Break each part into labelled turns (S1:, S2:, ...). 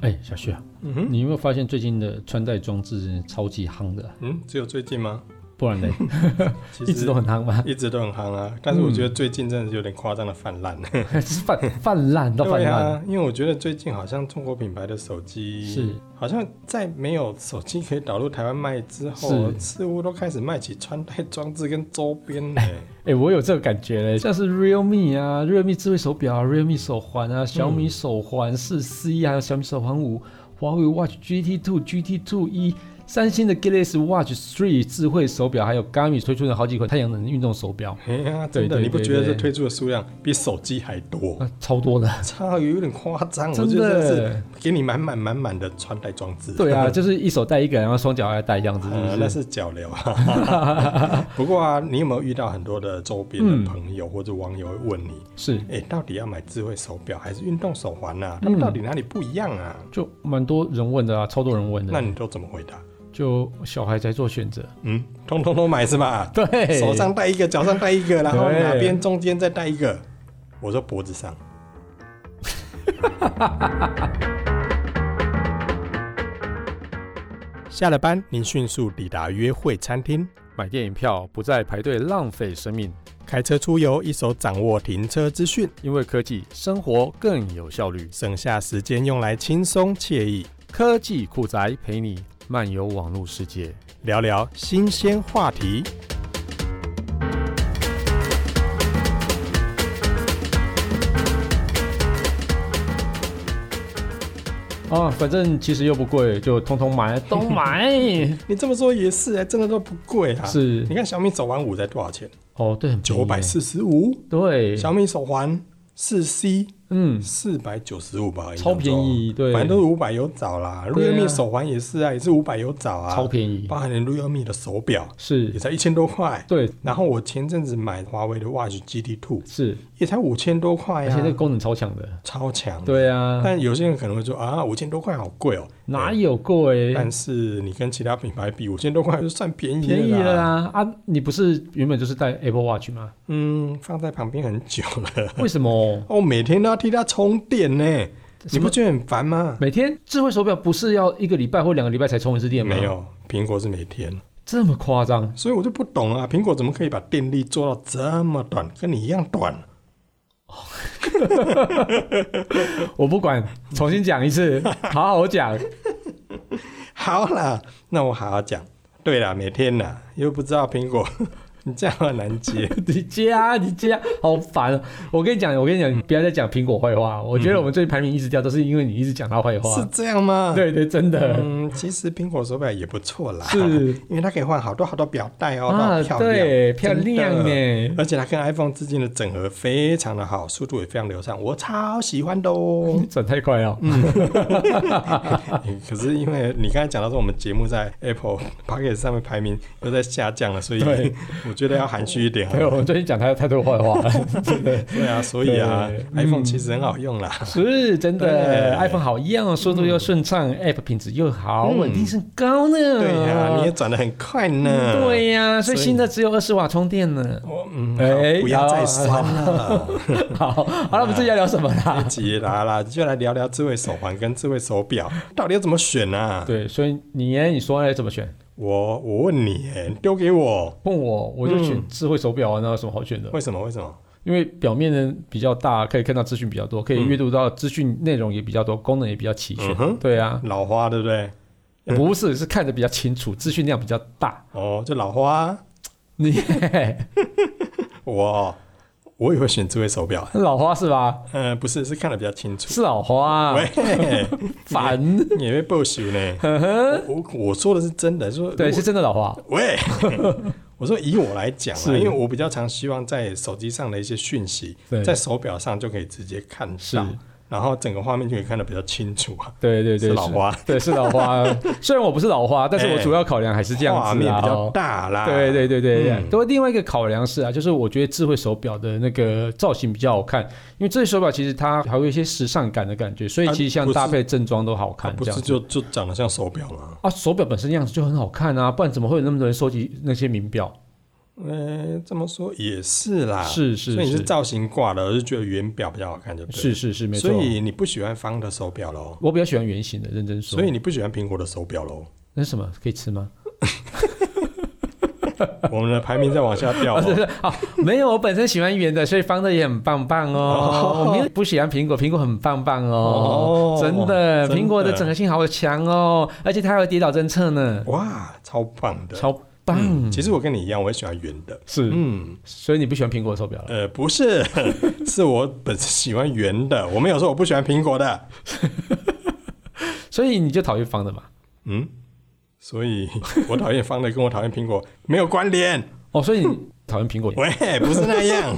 S1: 哎，小旭啊，
S2: 嗯哼，
S1: 你有没有发现最近的穿戴装置超级夯的啊、
S2: 嗯，只有最近吗？
S1: 不 然嘞，
S2: 其实
S1: 一直都很夯吗？
S2: 一直都很夯啊，但是我觉得最近真的是有点夸张的泛滥。
S1: 是泛泛滥到嗯泛
S2: 对
S1: 滥，
S2: 啊，因为我觉得最近好像中国品牌的手机
S1: 是
S2: 好像在没有手机可以导入台湾卖之后，
S1: 是
S2: 似乎都开始卖起穿戴装置跟周边嘞。
S1: 哎、我有这个感觉嘞，像是 Realme 啊，Realme 智慧手表啊，Realme 手环啊，小米手环四 C 啊，小米手环五，华为 Watch GT Two、GT Two 一，三星的 Galaxy Watch Three 智慧手表，还有 Garmin 推出了好几款太阳能运动手表
S2: 哎呀，
S1: 对
S2: 真的，
S1: 对
S2: 你不
S1: 对
S2: 觉得
S1: 对
S2: 这推出的数量比手机还多？
S1: 啊，超多 的，
S2: 差有点夸张，我
S1: 真
S2: 觉得真
S1: 的
S2: 的是。给你满满满满的穿戴装置。
S1: 对啊，就是一手戴一个，然后双脚还戴这样子，
S2: 呃，
S1: 是
S2: 那
S1: 不是？
S2: 是脚流 啊。不过啊，你有没有遇到很多的周边
S1: 嗯
S2: 的朋友或者网友会问你，
S1: 是，
S2: 哎、到底要买智慧手表还是运动手环啊？
S1: 嗯
S2: 他们到底哪里不一样啊？
S1: 就蛮多人问的啊，超多人问
S2: 那
S1: 的，
S2: 你都怎么回答？
S1: 就小孩在做选择，
S2: 嗯，通通都买是吧？
S1: 对，
S2: 手上戴一个，脚上戴一个，然后
S1: 对
S2: 哪边中间再戴一个？我说脖子 上。下了班，您迅速抵达约会餐厅。
S1: 买电影票不再排队浪费生命，
S2: 开车出游，一手掌握停车资讯，
S1: 因为科技生活更有效率。
S2: 省下时间用来轻松惬意
S1: 科技酷宅陪你漫游网络世界。
S2: 聊聊新鲜话题。
S1: 啊，反正其实又不贵，就通通买，都买。
S2: 你这么说也是哎、真的都不贵啊。，
S1: 是
S2: 你看小米手环五才多少钱？
S1: 哦，对，很便宜
S2: 九百。四十五。
S1: 对，
S2: 小米手环四 C
S1: 嗯，
S2: 四百九十五吧，
S1: 超便
S2: 印象
S1: 宜，对，
S2: 中，反正都是五百有找啦。
S1: 对啊
S2: realme 手环也是啊，也是五百有找啊，
S1: 超便宜，
S2: 包含了 realme 的手表也
S1: 是，
S2: 才一千多块。
S1: 对，
S2: 然后我前阵子买华为的 Watch GT Two
S1: 是，
S2: 也才五千多块
S1: 而
S2: 哎呀、
S1: 且这个功能超强的。
S2: 超强。
S1: 对啊，
S2: 但有些人可能会说啊，五千多块好贵哦、
S1: 哪
S2: 对
S1: 有贵？
S2: 但是你跟其他品牌比，五千多块就算便宜
S1: 便宜
S2: 了
S1: 了
S2: 啦。
S1: 啊！啊，你不是原本就是戴 Apple Watch 吗？
S2: 嗯，放在旁边很久了。
S1: 为什么？
S2: 哦，每天都要替它充电呢，你
S1: 什
S2: 不
S1: 么
S2: 觉得很烦吗？
S1: 每天智慧手表不是要一个礼拜或两个礼拜才充一次电吗？
S2: 没，有，苹果是每天，
S1: 这么夸 张？
S2: 所以我就不懂啊，苹果怎么可以把电力做到这么短，跟你一样短？
S1: 我不管，重新讲一 次，好好讲。
S2: 好啦，那我好好讲。对啦，每天啦，又不知道苹果， 你这样很难接。
S1: 你接啊，你接啊，好烦、啊！我跟你讲，我跟你
S2: 嗯
S1: 讲，你不要再讲苹果坏话。我觉得我们最近排名一直掉，都是因为你一直讲它坏
S2: 是
S1: 话。
S2: 这样吗？
S1: 对对，真的、
S2: 嗯，其实苹果手表也不错啦，
S1: 是
S2: 因为它可以换好多好多表带哦，都
S1: 啊
S2: 很，漂亮，
S1: 对，漂
S2: 真的
S1: 亮。呢。。
S2: 而且它跟 iPhone 之间的整合非常的好，速度也非常流畅，我超喜欢的哦
S1: 转太快了，
S2: 嗯可是因为你刚才讲到说我们节目在 Apple p o c k e t 上面排名又在下降了，所以
S1: 对
S2: 我觉得要含蓄一点啊。
S1: 哎对，我们最近讲它太多坏话 了，真的
S2: 对啊，所以啊
S1: 对嗯
S2: ，iPhone 其实很好用啦。
S1: 是真的。
S2: 对
S1: iPhone 好一样哦，速度又顺畅，App 品质又好，
S2: 嗯
S1: 稳定性高呢。
S2: 对呀、你也转的很快呢。
S1: 嗯对呀，嗯所以
S2: 所以
S1: 新的只有二十瓦充电 呢。
S2: 我嗯，
S1: 哎
S2: 好不要再
S1: 好
S2: 酸了。
S1: 好，好了，我们这要聊什么 啦？
S2: 急啦啦，就来聊聊智慧手环跟智慧手表到底要怎么选啊？
S1: 对，所以你耶你说要怎么选？
S2: 我我问你，哎，你丢给我，
S1: 问我，我就选智慧手表啊，那有什么好选的？
S2: 为什么？为什么？
S1: 因为表面呢比较大，可以看到资讯比较多，可以阅读到资讯内容也比较多，功能也比较齐全。
S2: 嗯哼
S1: 对啊，
S2: 老花对不对？
S1: 不是是看得比较清楚，资讯量比较大。
S2: 哦，就老花。
S1: 你
S2: 我我也会选智慧手表。
S1: 老花是吧？
S2: 呃，不是，是看得比较清楚。
S1: 是老花、啊，
S2: 喂，
S1: 烦。
S2: 你也会报修呢？
S1: 呵呵
S2: 我我说的是真的，说
S1: 对，
S2: 如
S1: 是
S2: 果
S1: 真的老花。
S2: 喂， 我说以我来讲啊，
S1: 是
S2: 因为我比较常希望在手机上的一些讯息
S1: 对，
S2: 在手表上就可以直接看
S1: 是
S2: 到，然后整个画面就可以看得比较清楚啊。
S1: 对对对，
S2: 是老花，
S1: 对是老花。虽然我不是老花，但是我
S2: 哎
S1: 主要考量还是这样
S2: 画
S1: 子
S2: 面
S1: 啊。
S2: 比较大啦。
S1: 对对对对对
S2: 嗯，
S1: 都、另外一个考量是啊，就是我觉得智慧手表的那个造型比较好看，因为智慧手表其实它还有一些时尚感的感觉，所以其实
S2: 啊
S1: 像
S2: 不是
S1: 搭配正装都好看
S2: 不
S1: 这样
S2: 是
S1: 子。
S2: 就就长得像手表吗？
S1: 啊，手表本身样子就很好看啊，不然怎么会有那么多人收集那些名表？
S2: 呃，这么说也是啦，
S1: 是是
S2: 所以你是
S1: 是
S2: 造型挂的，我就觉得圆表比较好看，就对了。
S1: 是是是，没错。
S2: 所以你不喜欢方的手表喽？
S1: 我比较喜欢圆形的，认真说。
S2: 所以你不喜欢苹果的手表喽？
S1: 那是什么可以吃吗？
S2: 我们的排名在往下掉、
S1: 哦，对
S2: 哦。
S1: 对，哦，没有，我本身喜欢圆的，所以方的也很棒棒哦。我没有不喜欢苹果，苹果很棒棒哦，
S2: 哦
S1: 真的，
S2: 真的
S1: 苹果的整合性好强哦，而且它还有跌倒侦测呢，
S2: 哇，超棒的！
S1: 超棒。
S2: 嗯其实我跟你一样，我也喜欢圆的。
S1: 是，
S2: 嗯，
S1: 所以你不喜欢苹果手表了？
S2: 呃，不是， 是我本身喜欢圆的。我没有说我不喜欢苹果的。
S1: 所以你就讨厌方的嘛？
S2: 嗯，所以我讨厌方的，跟我讨厌苹果没有关联。
S1: 哦，所以你讨厌苹 果？
S2: 喂，不是那 样。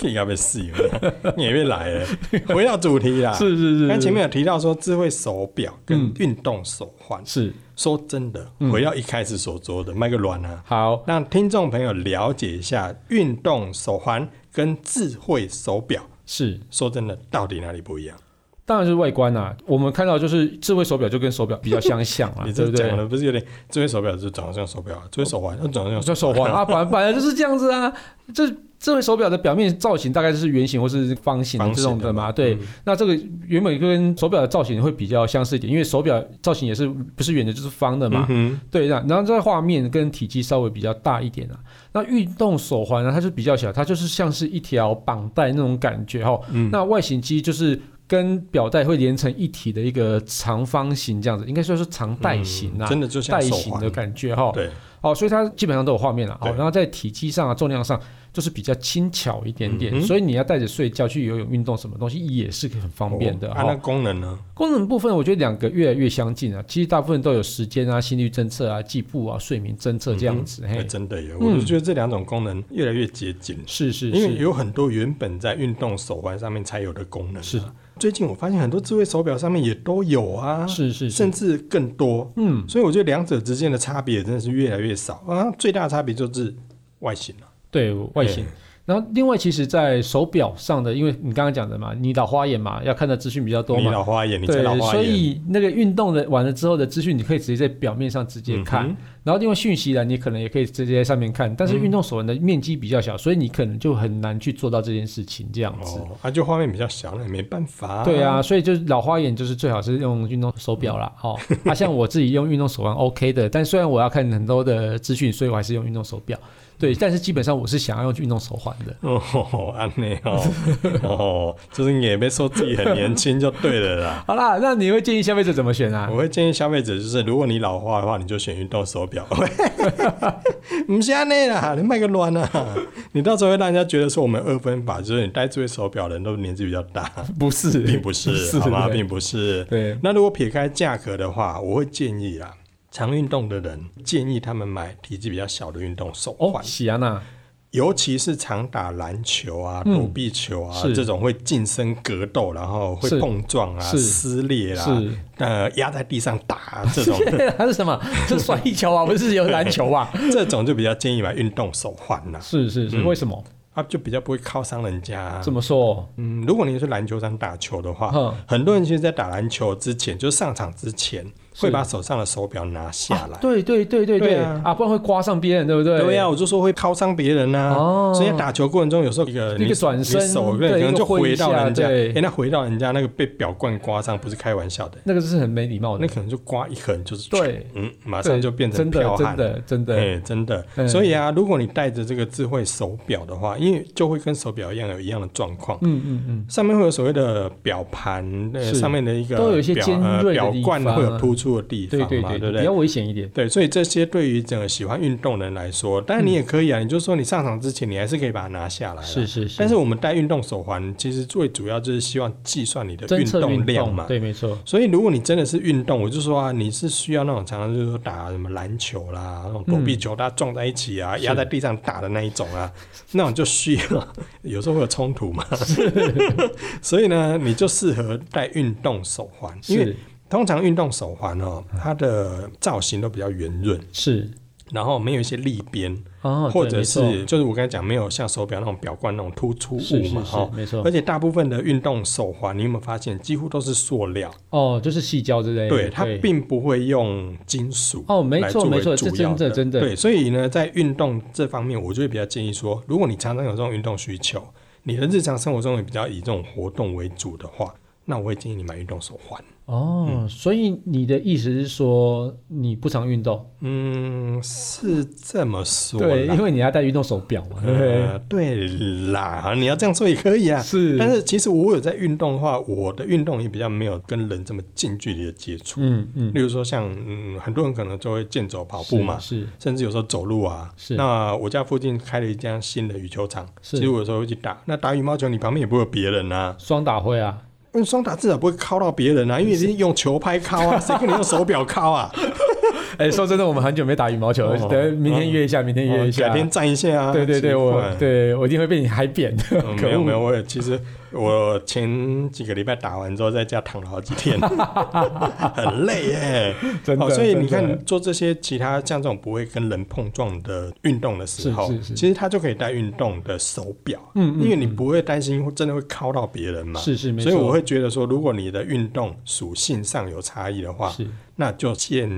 S2: 你该被试一了，你也别来了。回到主题啦，
S1: 是是是，
S2: 刚前面有提到说智慧手表跟
S1: 嗯
S2: 运动手环，
S1: 是
S2: 说真的，回到一开始所说的卖个卵啊，
S1: 好，
S2: 让听众朋友了解一下运动手环跟智慧手表，
S1: 是
S2: 说真的到底哪里不一样？
S1: 当然是外观啦、啊我们看到就是智慧手表就跟手表比较相像啦，
S2: 你
S1: 对
S2: 这
S1: 不
S2: 讲
S1: 啊对？
S2: 的不是有点智慧手表就长得像手表啊，智慧手环就长得像
S1: 像手 环啊，本来本来就是这样子啊，这智慧手表的表面造型大概就是圆形或是方形
S2: 方
S1: 这种
S2: 形
S1: 的嘛，
S2: 嘛
S1: 对。
S2: 嗯
S1: 那这个原本跟手表的造型会比较相似一点，因为手表造型也是不是圆的，就是方的嘛。
S2: 嗯哼，
S1: 对，那然后这画面跟体积稍微比较大一点啊。那运动手环呢，它就比较小，它就是像是一条绑带那种感觉哈、
S2: 嗯
S1: 那外形机就是跟表带会连成一体的一个长方形这样子，应该说是长带型啊，
S2: 嗯真的就像
S1: 带
S2: 手
S1: 型
S2: 环
S1: 的感觉哈、
S2: 对，
S1: 哦，所以它基本上都有画面了。哦，
S2: 对
S1: 然后在体积上啊、重量上，就是比较轻巧一点点，
S2: 嗯哼
S1: 所以你要带着睡觉去游泳、运动什么东西也是很方便的
S2: 哦
S1: 哈、
S2: 啊，那功能呢？
S1: 功能部分，我觉得两个越来越相近啊。其实大部分都有时间啊、心率侦测啊、计步啊、睡眠侦测这样子。
S2: 哎
S1: 嘿，
S2: 真的耶，
S1: 嗯
S2: 我就觉得这两种功能越来越接近。
S1: 是是
S2: 因为
S1: 是，
S2: 有很多原本在运动手环上面才有的功能、啊，
S1: 是
S2: 最近我发现很多智慧手表上面也都有啊，
S1: 是是
S2: 甚
S1: 是，
S2: 至更多。
S1: 嗯，
S2: 所以我觉得两者之间的差别真的是越来越少啊。最大的差别就是外形啊了、
S1: 对外形。然后，另外，其实，在手表上的，因为你刚刚讲的嘛，你老花眼嘛，要看的资讯比较多
S2: 你
S1: 嘛，
S2: 老花眼，你才
S1: 对
S2: 老，花眼，
S1: 所以那个运动的完了之后的资讯，你可以直接在表面上直接看。
S2: 嗯哼嗯
S1: 然后另外讯息栏你可能也可以直接在上面看，但是运动手环的面积比较小，所以你可能就很难去做到这件事情这样子。
S2: 哦，啊，就画面比较小，那也没办法、
S1: 对啊，，所以就是老花眼，就是最好是用运动手表啦。哦，啊，像我自己用运动手环 OK 的，但虽然我要看很多的资讯，所以我还是用运动手表。对，但是基本上我是想要用运动手环的。
S2: 哦， 安内哦，哦，就是你也别说自己很年轻就对了啦。
S1: 好啦，那你会建议消费者怎么选啊？
S2: 我会建议消费者就是，如果你老化的话，你就选运动手表。 不是安内啦，你卖个卵啊！你到时候会让人家觉得说我们二分法，就是你戴智慧手表的人都年纪比较大，
S1: 不是，
S2: 并不是，
S1: 是
S2: 好吗？
S1: 对
S2: 并不是。
S1: 对，
S2: 那如果撇开价格的话，我会建议啊，常运动的人建议他们买体积比较小的运动手
S1: 哦，
S2: 环，
S1: 喜安 娜
S2: 尤其是常打篮球啊、
S1: 嗯
S2: 躲避球啊
S1: 是
S2: 这种会近身格斗，然后会
S1: 是
S2: 碰撞啊、
S1: 是
S2: 撕裂啦、
S1: 是。
S2: 呃压在地上打、 啊、这种，
S1: 它是什么？是摔球 啊，不是有篮球啊？
S2: 这种就比较建议买运动手环啦、
S1: 是是是，为什么？
S2: 啊，就比较不会靠伤人家、啊
S1: 怎。么说？
S2: 嗯，如果你是篮球场打球的话，
S1: 哼
S2: 很多人其实，在打篮球之前，就是上场之前，
S1: 是
S2: 会把手上的手表拿下来。
S1: 对对对对
S2: 对
S1: 对
S2: 啊
S1: 啊，不然会刮上别人，对不对？
S2: 对呀、啊我就说会靠伤别人啊。
S1: 哦
S2: 所以打球过程中，有时候一个
S1: 一个
S2: 你
S1: 转身
S2: 你手
S1: 对
S2: 可能
S1: 一个
S2: 就
S1: 挥一
S2: 回到
S1: 下
S2: 人家，
S1: 对
S2: 哎、那回到人家那个被表冠刮伤，不是开玩笑的，
S1: 那个是很没礼貌的
S2: 那。可能就刮一痕就是
S1: 哦对，
S2: 嗯，马
S1: 马
S2: 上就变成
S1: 真的
S2: 彪
S1: 真
S2: 悍。
S1: 的真的，
S2: 哎，真的
S1: 嗯，
S2: 所以啊，如果你带着这个智慧手表的话，因为就会跟手表一样有一样的状况，
S1: 嗯嗯嗯，
S2: 上面会有所谓的表盘，呃，
S1: 是
S2: 上面的一个
S1: 都有一些
S2: 表
S1: 尖
S2: 呃
S1: 锐的
S2: 表
S1: 地
S2: 冠
S1: 方
S2: 会
S1: 啊
S2: 有突出的地方
S1: 对
S2: 嘛，
S1: 对
S2: 对
S1: 对，
S2: 不
S1: 比较危险一点。
S2: 对，所以这些对于整个喜欢运动的人来说，当然你也可以啊，你就说你上场之前，你还是可以把它拿下
S1: 嗯
S2: 来啦。啊
S1: 是是是，
S2: 但是我们戴运动手环，其实最主要就是希望计算你的
S1: 侦
S2: 运
S1: 测
S2: 动
S1: 运
S2: 量嘛
S1: 动，。对，没错，
S2: 所以如果你真的是运动，我就说啊，你是需要那种常常就是说打什么篮球啦，那种躲避球，大家撞在一起啊，
S1: 嗯是
S2: 压在地上打的那一种啊，那种就需要有时候会有冲突嘛。 所以呢，你就适合戴运动手环，因为
S1: 是
S2: 通常运动手环哦，它的造型都比较圆润，
S1: 是
S2: 然后没有一些立边，
S1: 哦，
S2: 或
S1: 对
S2: 者
S1: 没错
S2: 是就是我刚才讲没有像手表那种表冠那种突出
S1: 是
S2: 物嘛
S1: 是
S2: 哈
S1: 是，。没错
S2: 而，且大部分的运动手环，你有没有发现几乎都是塑料？
S1: 哦，就是细胶之类的，
S2: 对，它并不会用金属
S1: 哦，没
S2: 来
S1: 错
S2: 作为
S1: 没错，这
S2: 主要
S1: 真的真的，
S2: 对，所以呢，在运动这方面，我就会比较建议说，如果你常常有这种运动需求，你的日常生活中也比较以这种活动为主的话，那我会建议你买运动手环。
S1: 哦，
S2: 嗯
S1: 所以你的意思是说你不常运动，
S2: 嗯，是这么说
S1: 对，
S2: 啦
S1: 因。为你要戴运动手表嘛，对不对？
S2: 呃，对啦，你要这样说也可以啊。
S1: 是，
S2: 但是其实我有在运动的话，我的运动也比较没有跟人这么近距离的接触。
S1: 嗯嗯，
S2: 例如说像，嗯，很多人可能就会健走、跑步嘛，
S1: 是
S2: 甚至有时候走路啊。
S1: 是
S2: 那我家附近开了一家新的羽球场，
S1: 是
S2: 其实我有时候会去打。那打羽毛球，你旁边也不会有别人啊，
S1: 双打会啊，
S2: 因为双打至少不会敲到别人啊，因为你是用球拍敲 啊，谁跟你用手表敲啊？
S1: 哎，说真的，我们很久没打羽毛球了，
S2: 哦
S1: 等明天约一下，明天约一
S2: 改
S1: 下。
S2: 天站一下啊。
S1: 对对对，我
S2: 奇怪
S1: 对我一定会被你海扁的，
S2: 嗯
S1: 可
S2: 没有没有，
S1: 恶！
S2: 我也其实我前几个礼拜打完之后，在家躺了好几天， 很累耶。
S1: 真
S2: 好，
S1: 的，
S2: 哦所以你
S1: 真的
S2: 看做这些其他像这种不会跟人碰撞的运动的时候，
S1: 是是是
S2: 其实他就可以戴运动的手表，
S1: 嗯嗯
S2: 因为你不会担心真的会敲到别人嘛。
S1: 是是没错，
S2: 所以我会觉得说，如果你的运动属性上有差异的话，
S1: 是
S2: 那就建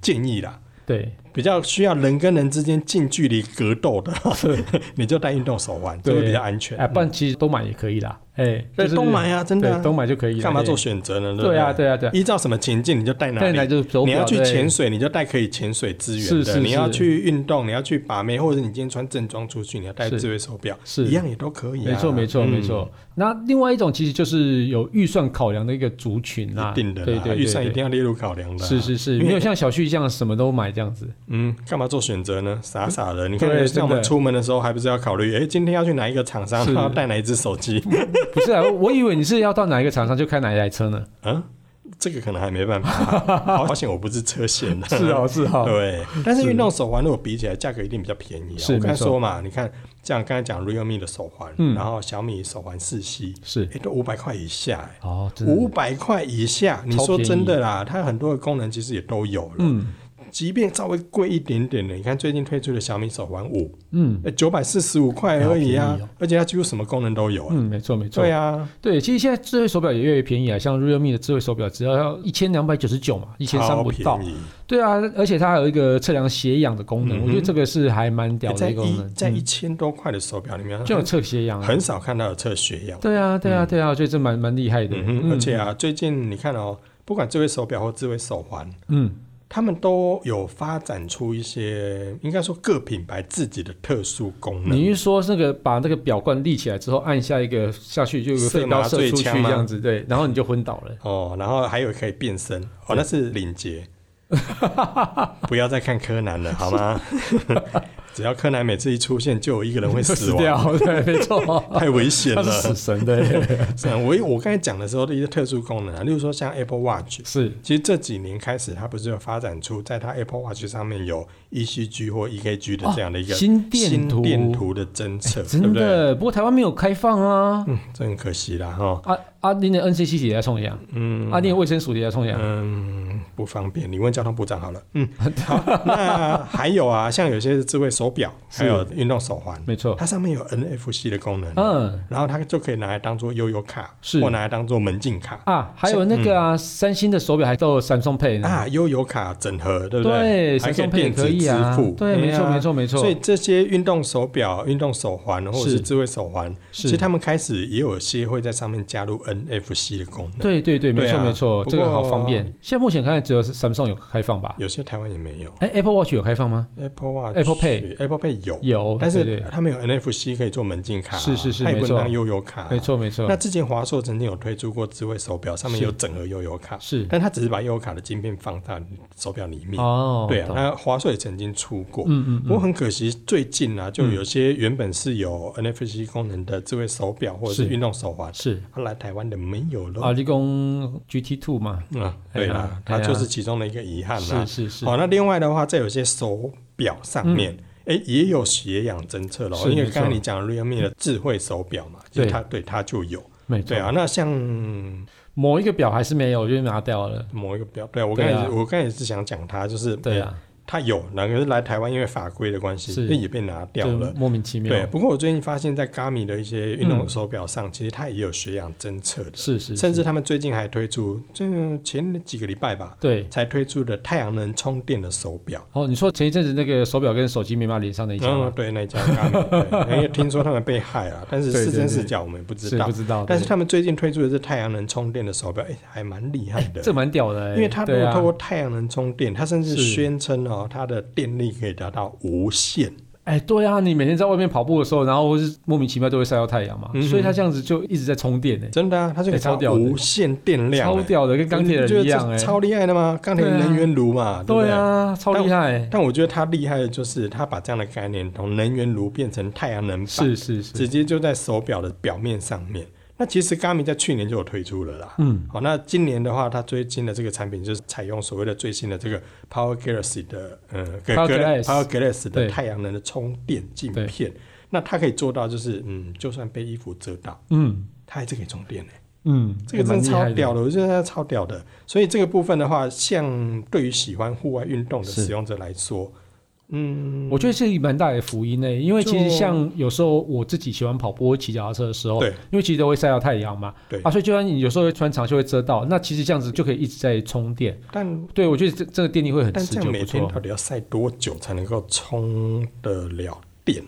S2: 建议啦，
S1: 对
S2: 比较需要人跟人之间近距离格斗的， 你就戴运动手环，这
S1: 对
S2: 会比较安全。
S1: 哎，不然其实都买也可以啦，哎，
S2: 对，
S1: 就是
S2: 都买啊，真的
S1: 对
S2: 啊、
S1: 都买就可以了，
S2: 干嘛
S1: 哎
S2: 做选择呢？不
S1: 对啊，对啊，对啊，
S2: 依照什么情境你就带哪
S1: 但
S2: 里
S1: 来。就是手
S2: 啊你
S1: 表，
S2: 要去
S1: 对
S2: 潜水，你就带可以潜水资源
S1: 是
S2: 的；
S1: 是
S2: 你要
S1: 是
S2: 去运动，你要去把妹，或者你今天穿正装出去，你要带
S1: 是
S2: 智慧手表，
S1: 是
S2: 一样也都可以、啊。
S1: 没错，没错，
S2: 嗯
S1: 没，错。那另外一种其实就是有预算考量的一个族群啦，
S2: 一定的
S1: 啊
S2: 啦，
S1: 对对，对
S2: 预算一定
S1: 对
S2: 要列入考量的、
S1: 是，是是，
S2: 因为
S1: 没有像小旭这样什么都买这样子。
S2: 嗯，干嘛做选择呢？傻傻的，你
S1: 嗯对
S2: 看，
S1: 真的
S2: 像我们出门的时候，还不是要考虑，哎、今天要去哪一个厂商，
S1: 是
S2: 要带哪一只手机？
S1: 不是啊，我以为你是要到哪一个厂商就开哪一台车呢？
S2: 嗯，这个可能还 没办法，好好险我 不是车险啊的。
S1: 是 哦，是哦，
S2: 对，但是
S1: 是
S2: 运动手环如果比起来，价格一定比较便宜、啊。
S1: 是
S2: 我刚才
S1: 没错
S2: 说嘛，你看，像刚才讲 Realme 的手环，
S1: 嗯
S2: 然后小米手环四 C，
S1: 是
S2: 哎、都五百块以下、欸，
S1: 哦，真
S2: 五
S1: 的，
S2: 百块以下，你
S1: 超
S2: 说
S1: 便宜
S2: 真的啦，它很多的功能其实也都有了。
S1: 嗯
S2: 即便稍微贵一点点的，你看最近推出的小米手环五，
S1: 嗯
S2: 哎，九百四十五块而已
S1: 好
S2: 啊
S1: 便宜哦，
S2: 而且它几乎什么功能都有、啊。
S1: 嗯，没错没错
S2: 对，啊，
S1: 对，其实现在智慧手表也越来越便宜啊，像 Realme 的智慧手表只要要一千两百九十九嘛，一千三
S2: 超
S1: 不
S2: 便
S1: 到。
S2: 宜。
S1: 对啊，而且它还有一个测量血氧的功能，
S2: 嗯哼
S1: 我觉得这个是还蛮屌
S2: 哎在
S1: 的一个功能
S2: 一，在
S1: 嗯
S2: 一千多块的手表里面，
S1: 就有测血氧啊。
S2: 很少看到有测血氧。
S1: 对啊，对啊，对啊，所以这蛮蛮厉害的。
S2: 嗯哼，而且啊，最近你看哦，不管智慧手表或智慧手环，
S1: 嗯，
S2: 他们都有发展出一些，应该说各品牌自己的特殊功
S1: 你
S2: 能。
S1: 一说那个把那个表冠立起来之后，按下一个下去就有个飞镖射出去这样子，对，然后你就昏倒了。
S2: 哦，然后还有可以变身，哦，那是领结。 不要再看柯南了，好吗？ 只要柯南每次一出现，就有一个人会死
S1: 死
S2: 亡，
S1: 掉，对， 没错，
S2: 太危 险
S1: 他是
S2: 了
S1: 死。神， 对，
S2: 是啊，我我刚才讲的时候的一些特殊功能啊，例如说像 Apple Watch，
S1: 是，
S2: 其实这几年开始，它不是有发展出在它 Apple Watch 上面有 ECG 或 EKG 的这样的一个
S1: 哦心
S2: 心
S1: 电图哎
S2: 电图的侦测，对
S1: 真
S2: 不对？
S1: 的。不过台湾没有开放啊。
S2: 嗯，这很可惜啦哈。
S1: 啊啊，你的 NCC 也在冲呀，
S2: 嗯
S1: 啊，你的卫生署也在冲呀，
S2: 嗯，不方便，你问交通部长好了。 嗯，好，那还有啊， 像有些智慧手表，还有运动手环，
S1: 没错，
S2: 它上面有 NFC 的功能，
S1: 嗯
S2: 然后它就可以拿来当做悠游卡，
S1: 是
S2: 或拿来当做门禁卡
S1: 啊，还有那个啊，三星的手表还都有 Samsung Pay 呢，
S2: 嗯啊，悠游卡整合，对不
S1: 对
S2: 还可以
S1: ，Samsung Pay 也
S2: 电子
S1: 可以
S2: 支
S1: 啊
S2: 付，，
S1: 对，没错
S2: 啊
S1: 没错没错
S2: 所以，这些运动手表、运动手环或者
S1: 是
S2: 是智慧手环，其
S1: 是
S2: 实，他们开始也有些会在上面加入 NFC 的功能。
S1: 对对对，没
S2: 对
S1: 错
S2: 啊
S1: 没错，
S2: 不
S1: 这个好
S2: 过
S1: 方便。现在目前看来只有 Samsung 有开放吧？
S2: 有些台湾也没有
S1: 哎，Apple Watch 有开放吗？
S2: Apple Watch、
S1: Apple Pay
S2: Apple Pay 有，
S1: 有，
S2: 但
S1: 对
S2: 是
S1: 对
S2: 他们有 NFC 可以做门禁卡啊，
S1: 是是是
S2: 它也不
S1: 没错
S2: 能当悠游卡啊。
S1: 没错没错
S2: 那，之前华硕曾经有推出过智慧手表，上面
S1: 是
S2: 有整合悠游卡，
S1: 是
S2: 但它只是把悠游卡的晶片放到手表里面。
S1: 哦，
S2: 对啊，
S1: 懂
S2: 那华硕也曾经出过，
S1: 嗯嗯
S2: 不过
S1: 嗯，
S2: 很可惜，最近啊，就有些原本是有 NFC 功能的智慧手表或者是
S1: 是
S2: 运动手环，
S1: 是
S2: 它来台湾的没有
S1: 啊，
S2: 了。
S1: 立功 GT Two 嘛，
S2: 啊，对
S1: 哎
S2: 啦
S1: 呀，
S2: 它
S1: 哎呀
S2: 就是其中的一个遗憾啦
S1: 是。是是，嗯
S2: 好，那另外的话，在有些手表上面，哎，也有血氧侦测咯，
S1: 是
S2: 因为
S1: 没错嗯
S2: 刚刚你讲 Realme 的智慧手表嘛，就
S1: 对
S2: 它对它就有。
S1: 没
S2: 对
S1: 错，
S2: 啊，那像
S1: 某一个表还是没有，就拿掉了。
S2: 某一个表，对啊我刚
S1: 对啊
S2: 才我刚才也是想讲它，就是
S1: 对啊，
S2: 它有，那可是来台湾因为法规的关系，
S1: 是
S2: 那也被拿掉
S1: 就
S2: 了。
S1: 莫名其妙。
S2: 对，，不过我最近发现，在 Garmin 的一些运动手表上，其实它也有血氧侦测的，
S1: 是是，
S2: 甚
S1: 是
S2: 至他们最近还推出，这前几个礼拜吧，
S1: 对。
S2: 才推出的太阳能充电的手表。
S1: 哦，你说前一阵子那个手表跟手机没办法连上那一家
S2: 嗯
S1: 吗，？
S2: 对，那一家 Garmin，对因为哎听说他们被害了，但是
S1: 对
S2: 是
S1: 对
S2: 真
S1: 对
S2: 是假我们也不知
S1: 是
S2: 道
S1: 不。知道，
S2: 但是
S1: 对
S2: 他们最近推出的是太阳能充电的手表，哎、还蛮厉害的。
S1: 这蛮屌的欸，
S2: 因为它如
S1: 对
S2: 果
S1: 啊
S2: 透过太阳能充电，它甚至
S1: 是
S2: 宣称哦，它的电力可以达到无限。
S1: 哎，对啊，你每天在外面跑步的时候，然后或是莫名其妙都会晒到太阳嘛，
S2: 嗯哼
S1: 所以它这样子就一直在充电呢、
S2: 真的啊，它就可
S1: 哎
S2: 以
S1: 超
S2: 达到
S1: 屌的
S2: 无限电量、
S1: 超
S2: 哎
S1: 屌的，跟钢铁
S2: 你不
S1: 人一
S2: 觉得
S1: 样
S2: 这
S1: 哎、
S2: 超厉害的吗？钢铁
S1: 对啊
S2: 能源炉嘛，对不
S1: 对
S2: 对？
S1: 啊，超厉害，
S2: 但我觉得它厉害的就是它把这样的概念从能源炉变成太阳能板，
S1: 是是是，
S2: 直接就在手表的表面上面。那其实 Garmin 在去年就有推出了啦。
S1: 嗯，
S2: 好，那今年的话，它最新的这个产品就是采用所谓的最新的这个 Power Galaxy 的呃
S1: Power Glass
S2: Power Galaxy 的
S1: 对
S2: 太阳能的充电镜
S1: 对
S2: 片。那它可以做到就是，嗯，就算被衣服遮到，
S1: 嗯
S2: 它还是可以充电呢、
S1: 嗯，
S2: 这个真
S1: 蛮
S2: 的
S1: 厉害
S2: 超
S1: 的
S2: 屌的，我觉得它超屌的。所以这个部分的话，像对于喜欢户外运动的
S1: 是
S2: 使用者来说，嗯，
S1: 我觉得是蛮大的福音呢、欸因为其实
S2: 就
S1: 像有时候我自己喜欢跑步、骑脚踏车的时候，
S2: 对
S1: 因为其实都会晒到太阳嘛，
S2: 对
S1: 啊，所以就算你有时候会穿长袖会遮到，那其实这样子就可以一直在充电。
S2: 但
S1: 对，我觉得这这个电力会很
S2: 但
S1: 持
S2: 这
S1: 久，不
S2: 样每天
S1: 错
S2: 到。底要晒多久才能够充得了电？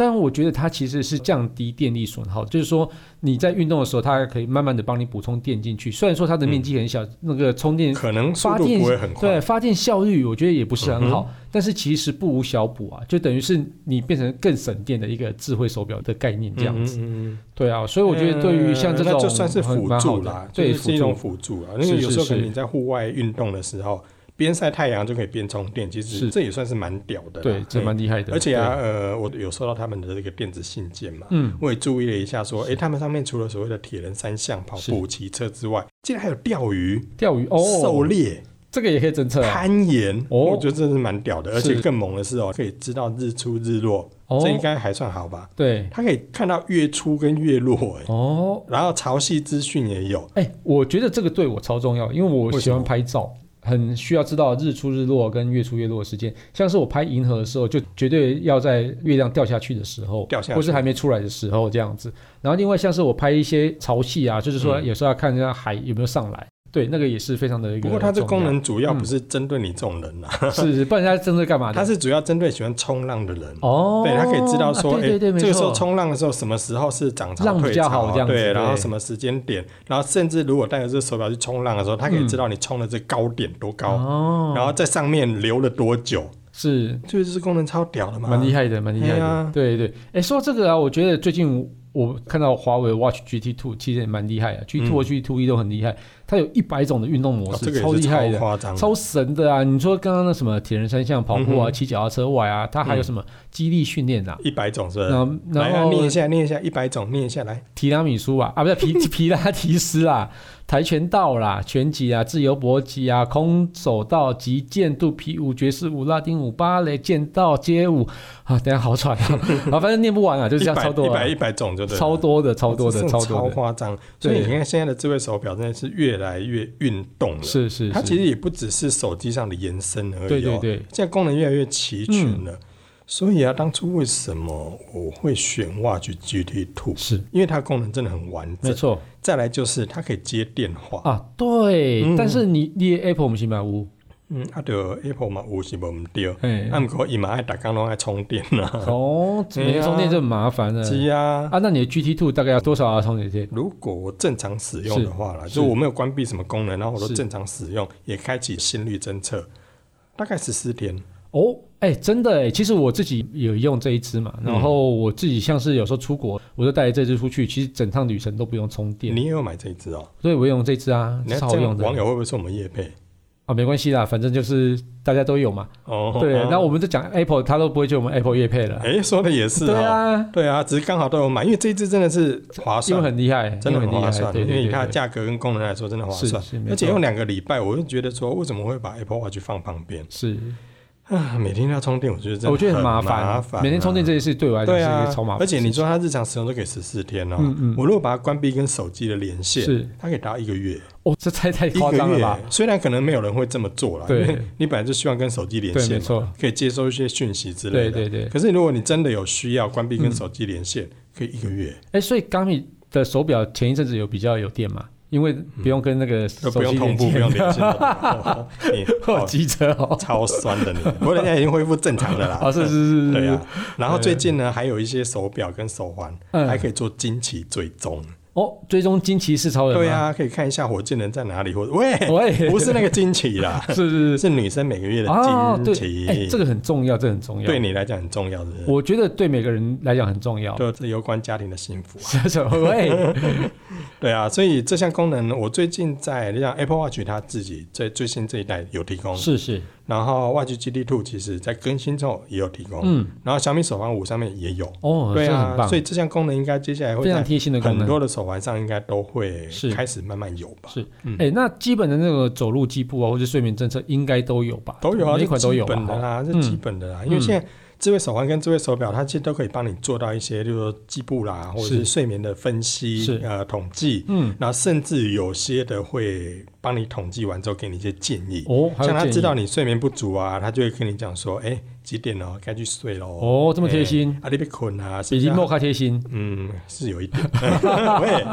S1: 但我觉得它其实是降低电力损耗，就是说你在运动的时候，它可以慢慢的帮你补充电进去。虽然说它的面积很小，那个充电
S2: 可能速
S1: 发
S2: 度
S1: 电
S2: 不会很
S1: 对
S2: 快，
S1: 发电效率，我觉得也不是很好，但是其实不无小补啊，就等于是你变成更省电的一个智慧手表的概念这样子。
S2: 嗯。嗯嗯
S1: 对啊，所以我觉得对于像这
S2: 呃那
S1: 种
S2: 就算是辅
S1: 蛮好
S2: 助
S1: 的
S2: 啦，
S1: 对
S2: 就是
S1: 辅
S2: 一种
S1: 助
S2: 辅助啊。
S1: 是
S2: 因为有时候
S1: 是
S2: 可能你在户外运动的时候，边晒太阳就可以边充电，其实
S1: 是
S2: 这也算是蛮屌的啦。
S1: 对，这
S2: 嘿
S1: 蛮厉害的。
S2: 哎而且啊，呃，我有收到他们的这个电子信件嘛，
S1: 对，嗯，
S2: 我也注意了一下，说，诶，他们上面除了所谓的铁人三项、跑步、骑车之外，竟然还有钓鱼、
S1: 钓鱼
S2: 狩
S1: 哦，
S2: 猎、
S1: 这个也可以侦测啊。
S2: 攀岩，
S1: 哦
S2: 我觉得真是蛮屌的。而且
S1: 是
S2: 更猛的是哦，可以知道日出日落，
S1: 哦
S2: 这，应该还算好吧？
S1: 对，
S2: 它可以看到月初跟月落，诶，
S1: 哦，
S2: 然后潮汐资讯也有。
S1: 哎、我觉得这个对我超重要，因为我
S2: 为
S1: 喜
S2: 什
S1: 欢
S2: 么
S1: 拍照，很需要知道日出日落跟月出月落的时间。像是我拍银河的时候，就绝对要在月亮掉下去的时候，
S2: 掉下去
S1: 或是还没出来的时候这样子。然后另外像是我拍一些潮汐啊，就是说
S2: 嗯
S1: 有时候要看一下海有没有上来，对，那个也是非常的一个
S2: 不
S1: 重要。
S2: 过它这功能主要不是针对你这种人啊，
S1: 是是，不然它真的干嘛
S2: 它
S1: 的？
S2: 是主要针对喜欢冲浪的人。
S1: 哦，
S2: 对，它可以知道说，
S1: 啊、
S2: 哎、
S1: 对对对，没
S2: 这个时候
S1: 错
S2: 冲浪的时候，什么时候是涨潮
S1: 浪
S2: 退
S1: 比较
S2: 潮
S1: 好
S2: 啊，
S1: 这样子
S2: 对，然后
S1: 对
S2: 什么时间点，然后甚至如果带着这手表去冲浪的时候，它可以知道你冲的这高点多高，
S1: 哦，
S2: 然后在上面留了多久，
S1: 是
S2: 就是这功能超屌的嘛，
S1: 蛮厉害的，蛮厉害
S2: 哎
S1: 的。
S2: 呀
S1: 对对，哎，说到这个啊，我觉得最近我看到华为 Watch GT Two 其实也蛮厉害啊，G Two 和 G Two E 都很厉害，它有一百种的运动模
S2: 哦
S1: 式，
S2: 嗯这个
S1: 超
S2: 也
S1: 厉
S2: 是
S1: 害
S2: 超
S1: 的。
S2: 夸张的，
S1: 超神的啊！你说刚刚那什么铁人三项、跑步
S2: 嗯
S1: 啊、
S2: 哼嗯
S1: 骑脚踏车外啊，它还有什么肌力训练啊？
S2: 一百种是不是
S1: 然后
S2: 来
S1: 然
S2: 啊，
S1: 后
S2: 念一下，念一下，一百种，念一下来。
S1: 提拉米苏啊，啊不是 皮皮拉提斯啦，跆拳道啦，拳击啊，自由搏击啊，空手道、击剑、肚皮舞、爵士舞、拉丁舞、芭蕾、剑道、街舞啊，等一下好喘 啊，啊反正念不完啊，就是
S2: 一
S1: 这样
S2: 百
S1: 超多
S2: 一
S1: 啊
S2: 百一百种就对了，
S1: 超多的，超多的，
S2: 真
S1: 超
S2: 哦是超
S1: 多的，
S2: 夸张。所以
S1: 对
S2: 你看现在的智慧手表真的是越来越运动了，
S1: 是是
S2: 它其
S1: 是，
S2: 实也不只是手机上的延伸而已、哦，
S1: 对对对，
S2: 现在功能越来越齐全了。所以啊，当初为什么我会选 Watch GT Two？
S1: 是
S2: 因为它功能真的很完
S1: 没
S2: 整。
S1: 错
S2: 再来就是它可以接电话，
S1: 啊，对，
S2: 嗯
S1: 但是你你的 Apple 不行买屋，
S2: 嗯，啊，就 Apple 嘛，有是无唔对，
S1: 哎
S2: 啊，，不过伊嘛爱打刚拢爱充电啦，
S1: 哦，每天充电就很麻烦了
S2: 哎是啊。
S1: 啊，那你的 GT Two 大概要多少啊充电线？
S2: 如果我正常使用的话啦，
S1: 是
S2: 就我没有关闭什么功能，然后我都
S1: 是
S2: 正常使用，也开启心率侦测，大概十四天。
S1: 哦，哎、真的哎，其实我自己有用这一支嘛，
S2: 嗯
S1: 然后我自己像是有时候出国，我就带这支出去，其实整趟旅程都不用充电，
S2: 你也有买这一只哦？
S1: 所以我用这支啊，
S2: 你看
S1: 超
S2: 这
S1: 好用
S2: 样
S1: 的
S2: 网友会不会说我们叶配？
S1: 啊，没关系啦，反正就是大家都有嘛，
S2: 哦，
S1: 对，
S2: 哦
S1: 然后我们就讲 Apple，他都不会觉得我们 Apple 业配了，
S2: 哎、说的也是、哦，
S1: 对，啊，
S2: 对啊，只是刚好都有买，因为这一支真的是划
S1: 因为
S2: 算，
S1: 很厉害，
S2: 真的
S1: 因为
S2: 很
S1: 很厉
S2: 划
S1: 害，
S2: 算，
S1: 对
S2: 因为
S1: 对
S2: 以它
S1: 对
S2: 的价格跟功能来说，真的划
S1: 对，是
S2: 算。
S1: 是，没
S2: 而且
S1: 错
S2: 用两个礼拜，我就觉得说，为什么会把 Apple Watch 放旁边？
S1: 是
S2: 啊，每天要充电，我觉得真的
S1: 哦我觉得
S2: 很
S1: 很麻烦，
S2: 烦啊
S1: 每天充电这件事对我来讲
S2: 对
S1: 是一
S2: 啊
S1: 个超麻烦的
S2: 而
S1: 事
S2: 且
S1: 情。
S2: 你说它日常使用都给十四天哦、
S1: 嗯嗯
S2: 我如果把它关闭跟手机的连线，
S1: 是
S2: 它可以达到一个月，
S1: 哦，这太太
S2: 一
S1: 夸
S2: 个
S1: 张了
S2: 月
S1: 吧？。
S2: 虽然可能没有人会这么做啦，
S1: 对
S2: 因为你本来就希望跟手机连
S1: 对，
S2: 线
S1: 没
S2: 嘛，
S1: 错，
S2: 可以接收一些讯息之
S1: 对
S2: 类的。
S1: 对对。
S2: 可是如果你真的有需要关闭跟
S1: 嗯
S2: 手机连线，可以一个月，
S1: 哎，所以 Gami 的手表前一阵子有比较有电嘛，因为不用跟那个
S2: 嗯
S1: 手
S2: 就不用
S1: 机
S2: 同
S1: 连
S2: 步，
S1: 接，
S2: 不用连线了。哦 你
S1: 好
S2: 哦
S1: 机车 哦。
S2: 超酸的你，不过人家已经恢复正常了啦。
S1: 哦，是是是是，
S2: 对
S1: 是
S2: 啊，然后最近呢，还有一些手表跟手环，
S1: 嗯
S2: 还可以做惊奇追踪。
S1: 哦，追踪惊奇四超人，
S2: 对，啊，可以看一下火箭人在哪里，或者 喂，
S1: 喂，
S2: 不是那个惊 奇啦，
S1: 是是 是
S2: 是女生每个月
S1: 啊，
S2: 的惊
S1: 对，哎，
S2: 奇
S1: 这，个很重要，这很重要，
S2: 对，你来讲很重要的，
S1: 我觉得对每个人来讲很重要。
S2: 对，这有关家庭的幸福 啊。
S1: 是什么？ 喂，
S2: 对啊，所以这项功能我最近在像 Apple Watch 它自己在最新这一代有提供，
S1: 是是，
S2: 然后 Watch GT Two 其实在更新之后也有提供，
S1: 嗯，
S2: 然后小米手环五上面也有。
S1: 哦，
S2: 对
S1: 这
S2: 啊
S1: 很，棒，
S2: 所以这项功能应该接下来会
S1: 非常
S2: 在
S1: 贴心的功
S2: 很
S1: 能。
S2: 多的手环上应该都会
S1: 是
S2: 开始慢慢有吧，
S1: 是
S2: 嗯，
S1: 哎、那基本的那个走路计步啊，或者睡眠政策应该都有吧？
S2: 都有啊，
S1: 每一
S2: 这
S1: 款都有
S2: 基
S1: 吧？
S2: 本的
S1: 哈
S2: 啦，这
S1: 嗯
S2: 基本的啦，因为
S1: 嗯
S2: 现在智慧手环跟智慧手表，它其实都可以帮你做到一些，就是说计步啦，或者是
S1: 是
S2: 睡眠的分析
S1: 是、
S2: 呃统计，
S1: 嗯，
S2: 然后甚至有些的会帮你统计完之后给你一些建议，
S1: 哦，还有
S2: 像他
S1: 建议
S2: 知道你睡眠不足啊，他就会跟你讲说，哎，几点了，该去睡喽。
S1: 哦，这么贴心，
S2: 哎，啊，你别困啊，
S1: 比
S2: 睡
S1: 林
S2: 觉
S1: 莫卡贴心，
S2: 嗯，是有一点。 喂，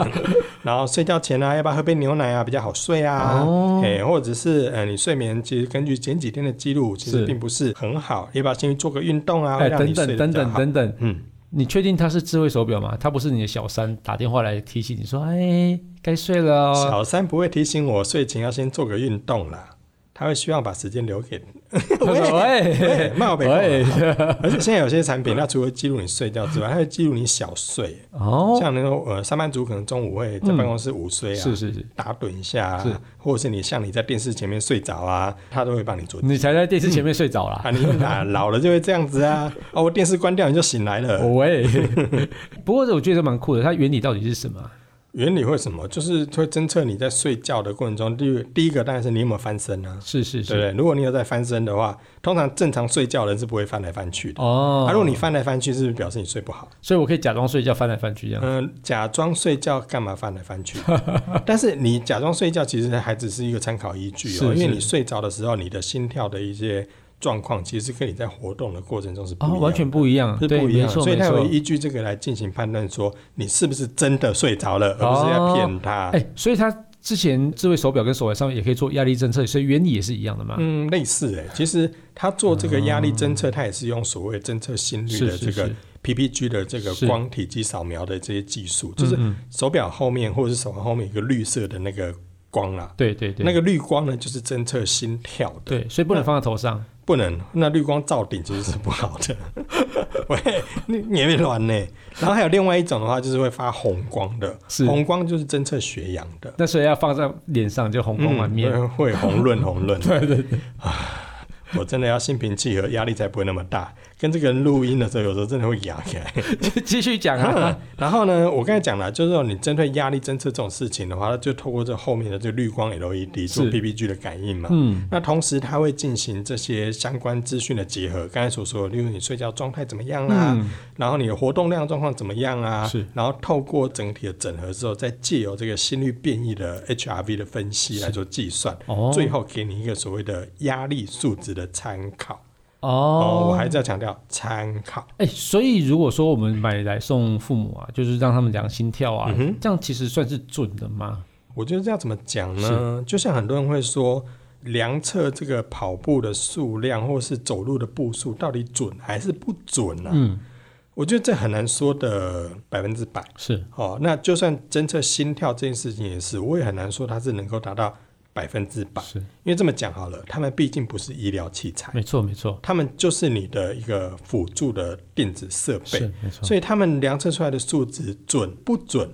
S2: 然后睡觉前啊，要不要喝杯牛奶啊，比较好睡啊？
S1: 哦
S2: 哎、或者是呃，你睡眠其实根据前几天的记录，其实
S1: 是
S2: 并不是很好，要不要先去做个运动啊，
S1: 哎、
S2: 让
S1: 等
S2: 你睡
S1: 等
S2: 得
S1: 等
S2: 比较
S1: 等
S2: 好
S1: 等等，
S2: 嗯，
S1: 你确定它是智慧手表吗？它不是你的小三打电话来提醒你说，哎，该睡了 哦。
S2: 小三不会提醒我睡前要先做个运动啦，他会希望把时间留给
S1: 他说
S2: 喂
S1: 喂
S2: 冒北
S1: 喂，
S2: 而且现在有些产品，它除了记录你睡觉之外，它会记录你小睡，
S1: 哦，
S2: 像那种呃上班族可能中午会在办公室午睡啊，
S1: 是是是，
S2: 打盹一下、
S1: 是
S2: 啊，或者是你像你在电视前面睡着啊，他都会帮你做。
S1: 你才在电视前面睡着 啦。
S2: 啊，你哪老了就会这样子啊！ 哦，我电视关掉你就醒来了。
S1: 哦喂，不过我觉得蛮酷的，它原理到底是什么啊？
S2: 原理会什么？就是会侦测你在睡觉的过程中，第一第一个当然是你有没有翻身啊，
S1: 是是
S2: 对不
S1: 是，
S2: 对？如果你有在翻身的话，通常正常睡觉的人是不会翻来翻去的。
S1: 哦
S2: 啊，，如果你翻来翻去，是不是表示你睡不好？
S1: 所以我可以假装睡觉，翻来翻去这样。
S2: 嗯、假装睡觉干嘛翻来翻 去？但是你假装睡觉，其实还只是一个参考依据哦，
S1: 是
S2: 因为
S1: 是
S2: 你睡着的时候，你的心跳的一些状况，其实跟你在活动的过程中是不一
S1: 哦，
S2: 样的，
S1: 完全不一样，
S2: 是
S1: 对，
S2: 不一样
S1: 没
S2: 的，
S1: 错，
S2: 所以
S1: 没
S2: 他
S1: 错
S2: 会。依据这个来进行判断，说你是不是真的睡着了，而不是要骗他。
S1: 哎、所以它之前智慧手表跟手环上面也可以做压力侦测，所以原理也是一样的嘛。
S2: 嗯，类似哎、其实他做这个压力侦测，他也是用所谓侦测心率
S1: 哦是
S2: 的这
S1: 是
S2: 个
S1: 是，
S2: PPG 的这个
S1: 是
S2: 光体积扫描的这些技术，就是
S1: 嗯嗯
S2: 手表后面或者是手环后面有个绿色的那个光啦、
S1: 对对对，
S2: 那个绿光呢，就是侦测心跳的，
S1: 对，所以不能放在头上。
S2: 不能。那绿光照顶其实是不好的， 喂，你你也别乱呢。然后还有另外一种的话，就是会发红光的，
S1: 是
S2: 红光就是侦测血氧的，
S1: 那所以要放在脸上，就红光满面。
S2: 嗯会会红润红 润。啊
S1: 对对对，
S2: 我真的要心平气和，压力才不会那么大。跟这个人录音的时候，有时候真的会哑起来。
S1: 继续讲
S2: 嗯
S1: 啊。
S2: 然后呢，我刚才讲了，就是说你针对压力侦测这种事情的话，它就透过这后面的这个绿光 LED 做
S1: 是
S2: PPG 的感应嘛。
S1: 嗯，
S2: 那同时，它会进行这些相关资讯的结合。刚才所说的，例如你睡觉状态怎么样啦、
S1: 嗯
S2: 然后你的活动量状况怎么样啊，
S1: 是
S2: 然后透过整体的整合之后，再借由这个心率变异的 HRV 的分析来做计算，
S1: 哦，
S2: 最后给你一个所谓的压力数值的参考。哦，我
S1: 哦，
S2: 还是要强调参考。
S1: 哎、所以如果说我们买来送父母啊，就是让他们量心跳啊，
S2: 嗯哼
S1: 这样其实算是准的吗？
S2: 我觉得这要怎么讲呢？就像很多人会说，量测这个跑步的数量或是走路的步数到底准还是不准啊？
S1: 嗯，
S2: 我觉得这很难说的百分之百。
S1: 是
S2: 哦，那就算侦测心跳这件事情也是，我也很难说它是能够达到百分之百，
S1: 是，
S2: 因为这么讲好了，他们毕竟不是医疗器材，
S1: 没错没错，
S2: 他们就是你的一个辅助的电子设备
S1: 是，嗯没错，
S2: 所以他们量测出来的数值准不准？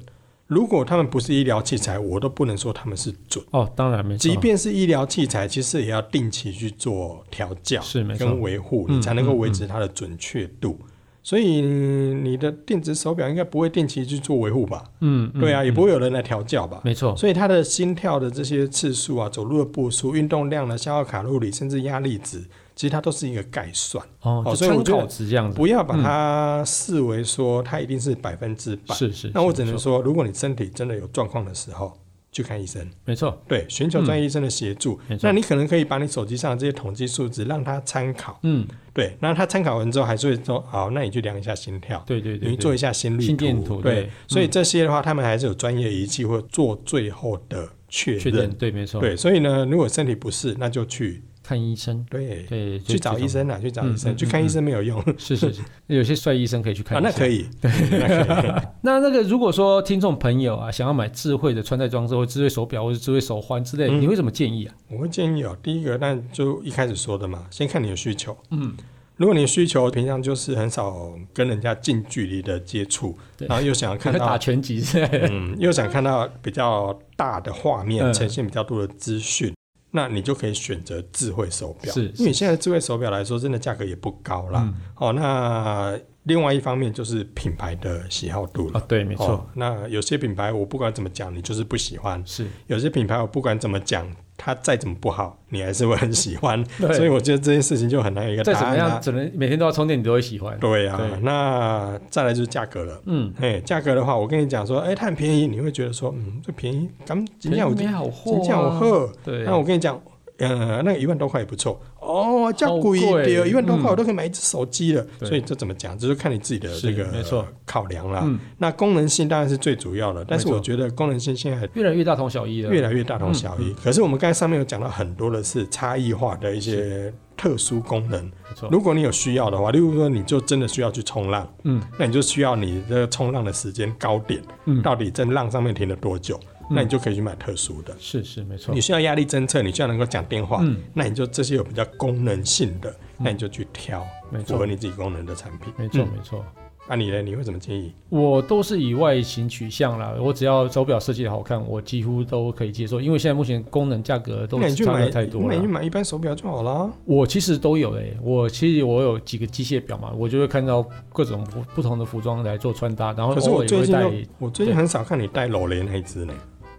S2: 如果他们不是医疗器材，我都不能说他们是准。
S1: 哦，当然没错，
S2: 即便是医疗器材，其实也要定期去做调教，
S1: 是没错
S2: 跟维护，
S1: 嗯
S2: 你才能够维持它的准确度。所以你的电子手表应该不会定期去做维护吧？
S1: 嗯，嗯
S2: 对啊，也
S1: 嗯
S2: 不会有人来调教吧？
S1: 没错，
S2: 所以它啊的心跳的这些次数啊、走路的步数、运动量呢、消耗卡路里，甚至压力值，其实它都是一个概算，
S1: 哦，
S2: 哦
S1: 就
S2: 所以我
S1: 参
S2: 觉得
S1: 考值这样子，
S2: 不要把它视为说它一定是百分之百。
S1: 是是，
S2: 那我
S1: 是
S2: 只能
S1: 没错
S2: 说，如果你身体真的有状况的时候，去看医生。
S1: 没错，
S2: 对，寻
S1: 嗯
S2: 求专业医生的协助。
S1: 没错
S2: 那你可能可以把你手机上的这些统计数值让他参考。
S1: 嗯，
S2: 对，那他参考完之后还是会说，好，那你去量一下心跳，
S1: 对对
S2: 你
S1: 对
S2: 去做
S1: 对，
S2: 一下心率
S1: 心电图
S2: 对，
S1: 对嗯
S2: 所以这些的话，他们还是有专业仪器或做最后的确
S1: 确
S2: 认
S1: 认。对没错，
S2: 对，所以呢，如果身体不适，那就去
S1: 看医生，
S2: 对
S1: 对，就
S2: 去找医，生啦，啊去找医
S1: 嗯
S2: 生，
S1: 嗯
S2: 去看医生没有用
S1: 这种是是 是，有些帅医生可以去看
S2: 啊，
S1: 一下，
S2: 那可以，对，那可以。
S1: 那那个，如果说听众朋友啊，想要买智慧的穿戴装置或智慧手表或者智慧手环之类，
S2: 嗯
S1: 你会怎么建议啊？
S2: 我会建议哦，第一个，那就一开始说的嘛，先看你的需求。
S1: 嗯，
S2: 如果你的需求平常就是很少跟人家近距离的接触，
S1: 对
S2: 然后又想要看
S1: 打
S2: 到，
S1: 拳击之类 的，
S2: 嗯，又想看到比较大的画面，
S1: 嗯
S2: 呈现比较多的资讯，那你就可以选择智慧手表。
S1: 是
S2: 因为现在智慧手表来说，真的价格也不高啦。
S1: 嗯
S2: 哦，那另外一方面就是品牌的喜好度了。
S1: 啊，对，没错
S2: 哦，那有些品牌我不管怎么讲，你就是不喜欢。
S1: 是
S2: 有些品牌我不管怎么讲，它再怎么不好，你还是会很喜欢。
S1: 对
S2: 所以我觉得这件事情就很难有一个
S1: 再
S2: 答
S1: 啊怎么
S2: 案啦、
S1: 样，只能每天都要充电，你都会喜欢。
S2: 对啊，
S1: 对
S2: 那再来就是价格了。
S1: 嗯，
S2: 哎，价格的话，我跟你讲说，哎，它很便宜，你会觉得说，嗯，这便宜，咱今天我
S1: 没
S2: 今
S1: 好货、啊，
S2: 天我喝，
S1: 对，啊
S2: 那我跟你讲，呃，那个一万多块也不错哦，价
S1: 好
S2: 贵一
S1: 贵
S2: 点，一万多块
S1: 嗯
S2: 我都可以买一只手机了。
S1: 对
S2: 所以这怎么讲，这就看你自己的
S1: 是
S2: 这个
S1: 没错
S2: 考量啦
S1: 嗯。
S2: 那功能性当然是最主要的，但是
S1: 没错
S2: 我觉得功能性现在
S1: 越来越大同小异了，
S2: 越
S1: 来
S2: 来越大同小
S1: 嗯
S2: 异。可是我们刚才上面有讲到很多的是差异化的一些特殊功能。
S1: 没错，
S2: 如果你有需要的话，例如说你就真的需要去冲浪，
S1: 嗯
S2: 那你就需要你的冲浪的时间高点，
S1: 嗯，
S2: 到底在浪上面停了多久，那你就可以去买特殊的。
S1: 是是没错
S2: 你，需要压力侦测，你需要能够讲电话，
S1: 嗯
S2: 那你就这些有比较功能性的，那你就去挑
S1: 没
S2: 符
S1: 错
S2: 合你自己功能的产品。
S1: 没错
S2: 嗯
S1: 没错。
S2: 那、你呢？你会怎么建议？
S1: 我都是以外形取向啦，我只要手表设计的好看，我几乎都可以接受，因为现在目前功能价格都
S2: 那你去
S1: 差
S2: 买
S1: 的太多
S2: 那
S1: 了
S2: 你去。买一般手表就好啦。
S1: 我其实都有诶、欸我其实我有几个机械表嘛，我就会看到各种不不同的服装来做穿搭，然后
S2: 可是
S1: 哦偶
S2: 我
S1: 尔也
S2: 最
S1: 会
S2: 近
S1: 带
S2: 就。我最近很少看你戴老雷那一只呢。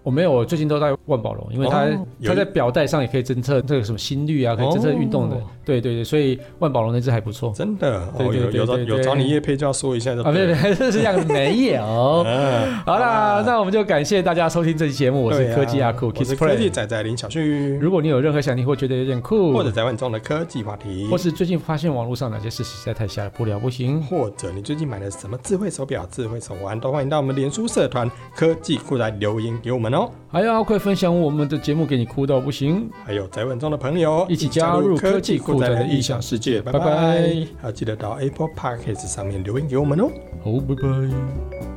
S1: 我没有，我最近都戴万宝龙，因为它、
S2: 哦有
S1: 它在表带上也可以侦测这个什么心率啊，可以侦测运动的。
S2: 哦
S1: 对对对，所以万宝龙那只还不错
S2: 真的，
S1: 对
S2: 哦，
S1: 对
S2: 有
S1: 对
S2: 有找
S1: 对对
S2: 有找你叶配就要说一下就
S1: 啊，
S2: 对
S1: 没
S2: 了。
S1: 没，是这样，没 有。
S2: 嗯，
S1: 好啦，那我们就感谢大家收听这期节目，我
S2: 对
S1: 是
S2: 啊
S1: 科技阿酷、
S2: 我
S1: Kiss
S2: 是科技
S1: Play。
S2: 仔仔林小旭，
S1: 如果你有任何想听或觉得有点酷，
S2: 或者宅晚中的科技话题
S1: 或，是最近发现网络上哪些事实在太瞎了，不聊不行。
S2: 或者你最近买了什么智慧手表、智慧手环，都欢迎到我们脸书社团科技库来留言给我们哦。
S1: 还要快分享我们的节目给你哭到不行。
S2: 还有宅晚中的朋友，
S1: 一起加入科技
S2: 酷
S1: 酷
S2: 宅
S1: 宅
S2: 的
S1: 的
S2: 异
S1: 异想
S2: 想世
S1: 世
S2: 界，
S1: 界
S2: 拜
S1: 拜
S2: 拜
S1: 拜。
S2: 还有记得到 Apple Podcast 上面留言给我们哦。
S1: 好，拜拜。